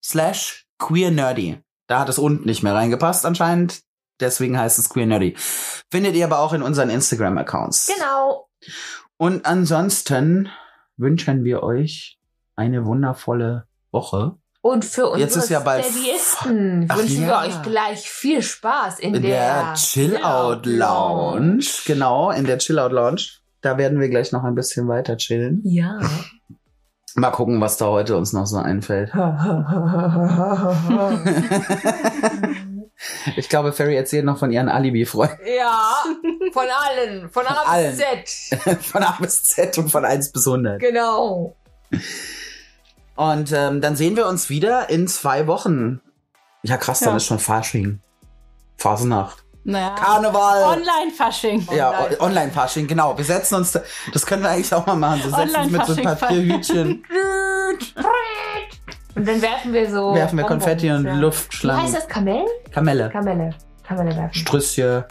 slash queernerdy. Da hat es unten nicht mehr reingepasst anscheinend. Deswegen heißt es queernerdy. Findet ihr aber auch in unseren Instagram-Accounts. Genau. Und ansonsten wünschen wir euch eine wundervolle Woche. Und für unsere Jetzt ist ja bald- Steadyisten Ach wünschen ja. wir euch gleich viel Spaß in, In der Chill-Out Lounge. Genau, in der Chill-Out Lounge. Da werden wir gleich noch ein bisschen weiter chillen. Ja. Mal gucken, was da heute uns noch so einfällt. ich glaube, Ferry erzählt noch von ihren Alibi-Freunden. ja, von allen, von A allen. bis Z. von A bis Z und von 1 bis 100. Genau. Und ähm, dann sehen wir uns wieder in zwei Wochen. Ja, krass, dann Ja. ist schon Fasching. Fasnacht. Naja. Karneval. Online-Fasching. ja, äh, o- Online-Fasching, genau. Wir setzen uns, da- das können wir eigentlich auch mal machen. Wir setzen uns mit so Online-Fasching. Papierhütchen, Und dann werfen wir so. werfen wir Oh, Bonbons, Konfetti und ja. Wie heißt Luftschlangen. das? Kamellen? Kamelle. Kamelle. Kamelle werfen. Strüsschen.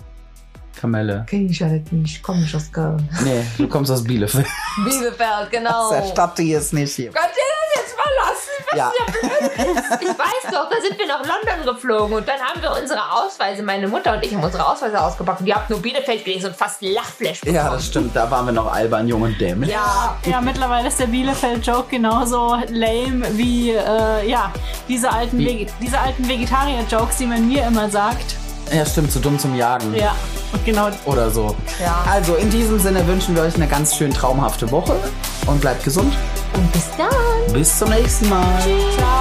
Kamelle. Kenn ich halt nicht. Komm nicht aus Köln. Nee, du kommst aus Bielefeld. Bielefeld, Aus genau. der Stadt, die ist nicht hier. Könnt ihr das jetzt mal lassen, ja. Ich weiß doch, da sind wir nach London geflogen und dann haben wir unsere Ausweise, meine Mutter und ich haben unsere Ausweise ausgepackt und ihr habt nur Bielefeld gelesen und fast Lachflash bekommen. ja, das stimmt. Da waren wir noch albern, jung und dämlich. Ja, Ja, mittlerweile ist der Bielefeld-Joke genauso lame wie äh, ja, diese alten, Vege- diese alten Vegetarier-Jokes, die man mir immer sagt. Ja, stimmt. Zu dumm zum Jagen. Ja, und genau. Oder so. Ja. Also, in diesem Sinne wünschen wir euch eine ganz schön traumhafte Woche und bleibt gesund. und bis dann. Bis zum nächsten Mal. Ciao.